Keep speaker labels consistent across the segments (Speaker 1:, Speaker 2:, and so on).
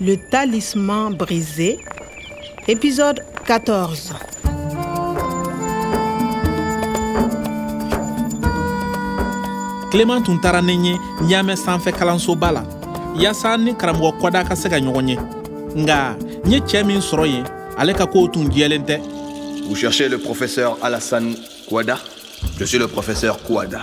Speaker 1: Le talisman brisé, épisode 14.
Speaker 2: kileman tun taara ni n ye ɲaamɛ sanfɛ kalansoba la yaasa n ni karamɔgɔ kɔda ka se ka ɲɔgɔn ye nga n ye cɛɛ min sɔrɔ yen ale ka koow tun jɛlen tɛ
Speaker 3: Vous cherchez le professeur Alassane Kouada Je suis le professeur Kouada.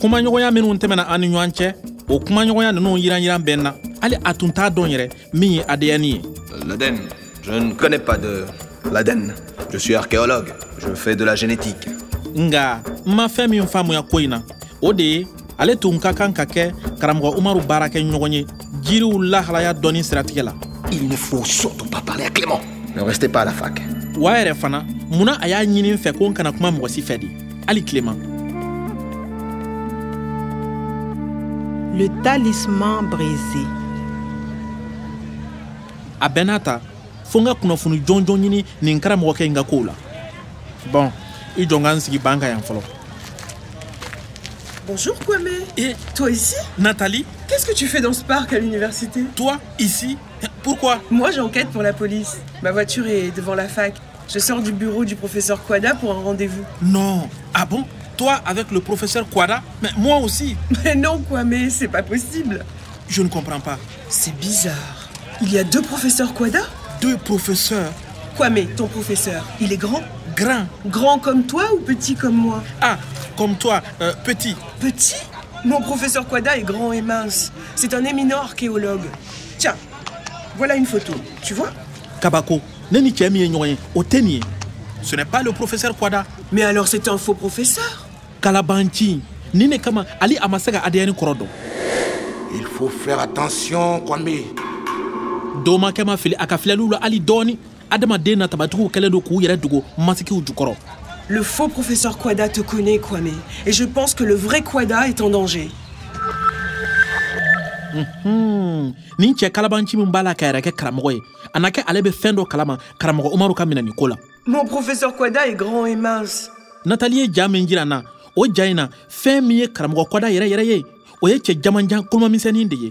Speaker 2: kumaɲɔgɔnya minw tɛmɛna an ni ɲɔgɔn cɛ o kumaɲɔgɔnya ninnu yiranyiran bɛ n na hali a tun t'a dɔn yɛrɛ min ye adeyani ye
Speaker 3: Euh, L'Aden. Je ne connais pas de l'Aden. Je suis archéologue. Je fais de la génétique.
Speaker 2: nga n ma fɛn min faamuya ko in na o de ye ale tun ka kan ka kɛ karamɔgɔ umaru baarakɛ ɲɔgɔn ye jiriw lahalaya dɔɔni siratigɛ la
Speaker 3: Il ne faut surtout pas parler à Clément. Ne restez pas à la fac.
Speaker 2: wa yɛrɛ fana munna a y'a ɲini n fɛ ko n kana kuma mɔgɔ si fɛ de hali kileman
Speaker 1: Le talisman brisé.
Speaker 2: a bɛɛ n'a ta fo n ka kunnafoni jɔnjɔn ɲini nin karamɔgɔkɛ in ka kow la bɔn i jɔn ka n sigi ban ka yan fɔlɔ
Speaker 4: Bonjour Kwame.
Speaker 2: Et-
Speaker 4: toi ici
Speaker 2: natali
Speaker 4: Qu'est-ce que tu fais dans ce parc à l'université
Speaker 2: toi ici pourquoi
Speaker 4: Moi j'enquête pour la police. Ma voiture est devant la fac. Je sors du bureau du professeur Kwada pour un rendez-vous.
Speaker 2: non ah bon toi avec le professeur Kwada mais moi aussi
Speaker 4: Mais non Kwame, c'est pas possible.
Speaker 2: je ne comprends pas
Speaker 4: C'est bizarre. Il y a deux professeurs Kwada
Speaker 2: deux professeurs
Speaker 4: Kwame, ton professeur, il est grand
Speaker 2: grands
Speaker 4: Grand comme toi ou petit comme moi
Speaker 2: ah comme toi euh, petit
Speaker 4: Petit Mon professeur Kwada est grand et mince. C'est un éminent archéologue. Tiens, voilà une photo. Tu vois
Speaker 2: kabako ne ni cɛ min ye ɲɔgɔn ye o tɛ nin ye ce n'est pas le professeur Kwada
Speaker 4: Mais alors c'est un faux professeur
Speaker 2: kalabanci nin de kama hali a ma se ka adeyani kɔrɔ dɔn
Speaker 5: Il faut faire attention, Kwame.
Speaker 2: dɔw ma kɛ ma fili a ka filɛliw la hali dɔɔni adamaden na tabatigiw kɛlen don k'u yɛrɛ dogo masikiw jukɔrɔ
Speaker 4: Le faux professeur Quada te connaît, Kwame, et je pense que le vrai Quada est en danger.
Speaker 2: Hmm, nin cɛ kalabanci min b'a la ka yɛrɛ kɛ karamɔgɔ ye a na kɛ ale bɛ fɛn dɔ kalama karamɔgɔ umaru ka minɛ nin ko la
Speaker 4: Mon professeur Quada est grand et mince.
Speaker 2: natali ye ja min jira n na o ja in na fɛn min ye karamɔgɔ kɔda yɛrɛ yɛrɛ ye o ye cɛ jamanjan kolomamisɛnnin de ye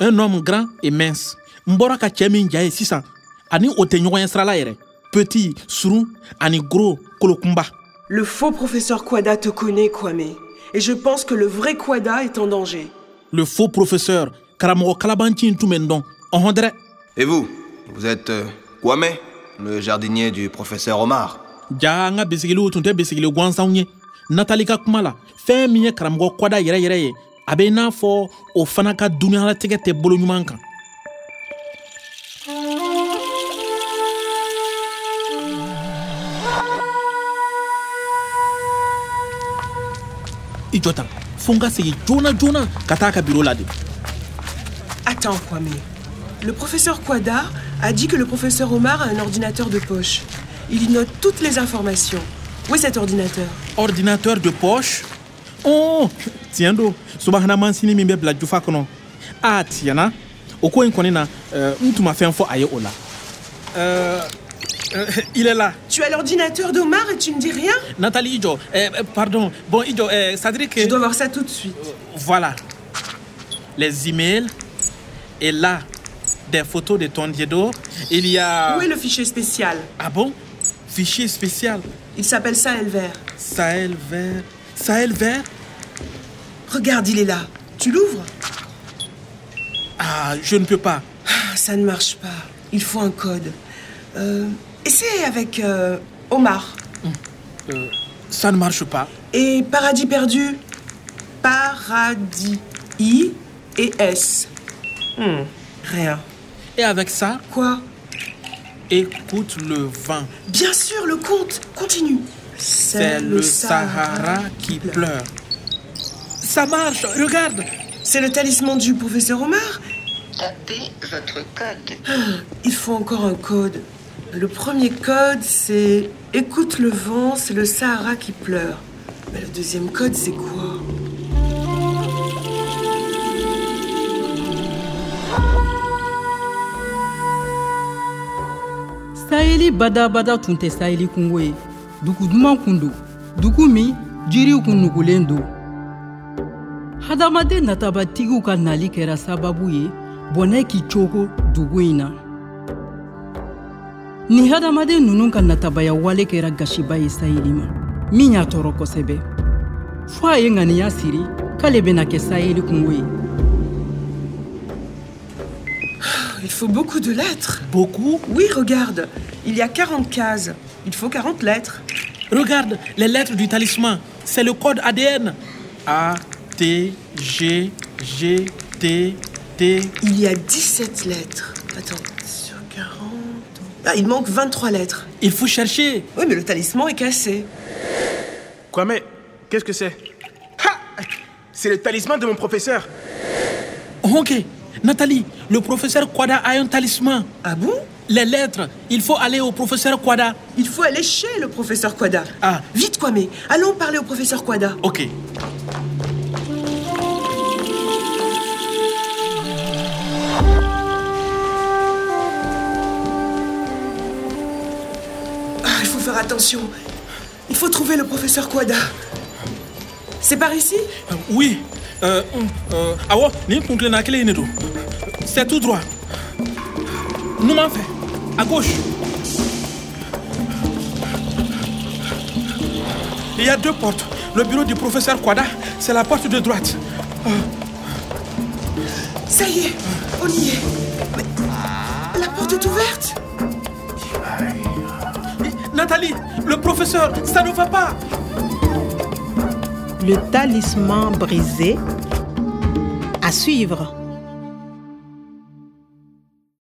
Speaker 2: un homme grand et mince n bɔra ka cɛɛ min ja ye sisan ani o tɛ ɲɔgɔn ye sirala yɛrɛ petit surun ani gros kolokunba
Speaker 4: Le faux professeur Quada te connaît, Kwame, et je pense que le vrai Quada est en danger.
Speaker 2: le faux professeur karamɔgɔ kalabanci in tun bɛ n dɔn ɔhɔn dɛrɛ
Speaker 3: Et vous Vous êtes euh, Kwame, le jardinier du professeur Omar.
Speaker 2: ja an ka bisigiliw tun tɛ bisigili gwansanw ye natali ka kuma la fɛn min ye karamɔgɔ kɔda yɛrɛyɛrɛ ye a bɛ i n'a fɔ o fana ka duniyalatigɛ tɛ bolo ɲuman kan i jɔ tan fo n ka segin joona joona ka taa a ka biro la de
Speaker 4: Attends, Kwame. Le professeur Quada a dit que le professeur Omar a un ordinateur de poche. Il y note toutes les informations. Où est cet ordinateur
Speaker 2: ordinateur de poche oh tiɲɛ don subahana mansini min bɛ bila jufa Ah, kɔnɔ a tiɲɛna o ko in kɔni na euh, n tun ma fɛn fɔ a ye o la Euh, euh, il est là
Speaker 4: Tu as l'ordinateur d'Omar et tu ne dis rien
Speaker 2: nathalie i jɔ Euh, euh, pardon bon i jɔ euh, ça veut dire que
Speaker 4: Je dois voir ça tout de suite.
Speaker 2: voilà les emails et là des photos de ton diédo il y a
Speaker 4: Où est le fichier spécial
Speaker 2: ah bon fichier spécial
Speaker 4: Il s'appelle ça, Elvert.
Speaker 2: sahel vert sahel vert
Speaker 4: Regarde, il est là. Tu l'ouvres
Speaker 2: ah je ne peux pas
Speaker 4: Ah, Ça ne marche pas. Il faut un code. Euh, essaie avec euh, Omar.
Speaker 2: Euh, ça ne marche pas
Speaker 4: Et Paradis perdu. Paradis. I et S. Hmm, rien.
Speaker 2: Et avec ça,
Speaker 4: Quoi
Speaker 2: écoute le vent.
Speaker 4: Bien sûr, le compte. Continue.
Speaker 2: C'est le Sahara qui pleure. Ça marche, regarde.
Speaker 4: C'est le talisman du professeur Omar
Speaker 6: Tapez votre code.
Speaker 4: Il faut encore un code. Le premier code, c'est Écoute le vent, c'est le Sahara qui pleure. Mais le deuxième code, c'est quoi
Speaker 7: sayeli badabada tun tɛ sayeli kungo ye dugu duman kun don dugu min jiriw kun nugulen don hadamaden natabatigiw ka nali kɛra sababu ye bɔnɛ k'i cogo dugu in na nin hadamaden ninnu ka natabaya wale kɛra gasiba ye sayeli ma min y'a tɔɔrɔ kosɛbɛ fɔ a ye ŋaniya siri k'ale bena kɛ sayeli kungo ye
Speaker 4: Il faut beaucoup de lettres.
Speaker 2: Beaucoup
Speaker 4: Oui, regarde, il y a 40 cases. Il faut 40 lettres.
Speaker 2: Regarde les lettres du talisman. C'est le code ADN. A, T, G, G, T, T.
Speaker 4: Il y a 17 lettres. Attends, sur 40. Ah, il manque 23 lettres.
Speaker 2: Il faut chercher.
Speaker 4: Oui, mais le talisman est cassé.
Speaker 8: Kwame, qu'est-ce que c'est Ha C'est le talisman de mon professeur.
Speaker 2: Ok. Nathalie, le professeur Kwada a un talisman.
Speaker 4: Ah bon
Speaker 2: Les lettres, il faut aller au professeur Kwada.
Speaker 4: Il faut aller chez le professeur Quada.
Speaker 2: Ah.
Speaker 4: Vite, Kwame. Allons parler au professeur Quada.
Speaker 2: Ok.
Speaker 4: Ah, il faut faire attention. Il faut trouver le professeur Quada. C'est par ici
Speaker 2: Euh, Oui. Euh, hum, euh, ah ouais, ni kunkle na kele inedo. C'est tout droit. Nous m'en fait. À gauche. Il y a deux portes. Le bureau du professeur Kwada, c'est la porte de droite.
Speaker 4: Ça y est, on y est. Mais la porte est ouverte.
Speaker 2: Nathalie, le professeur, ça ne va pas.
Speaker 1: Le talisman brisé. À suivre.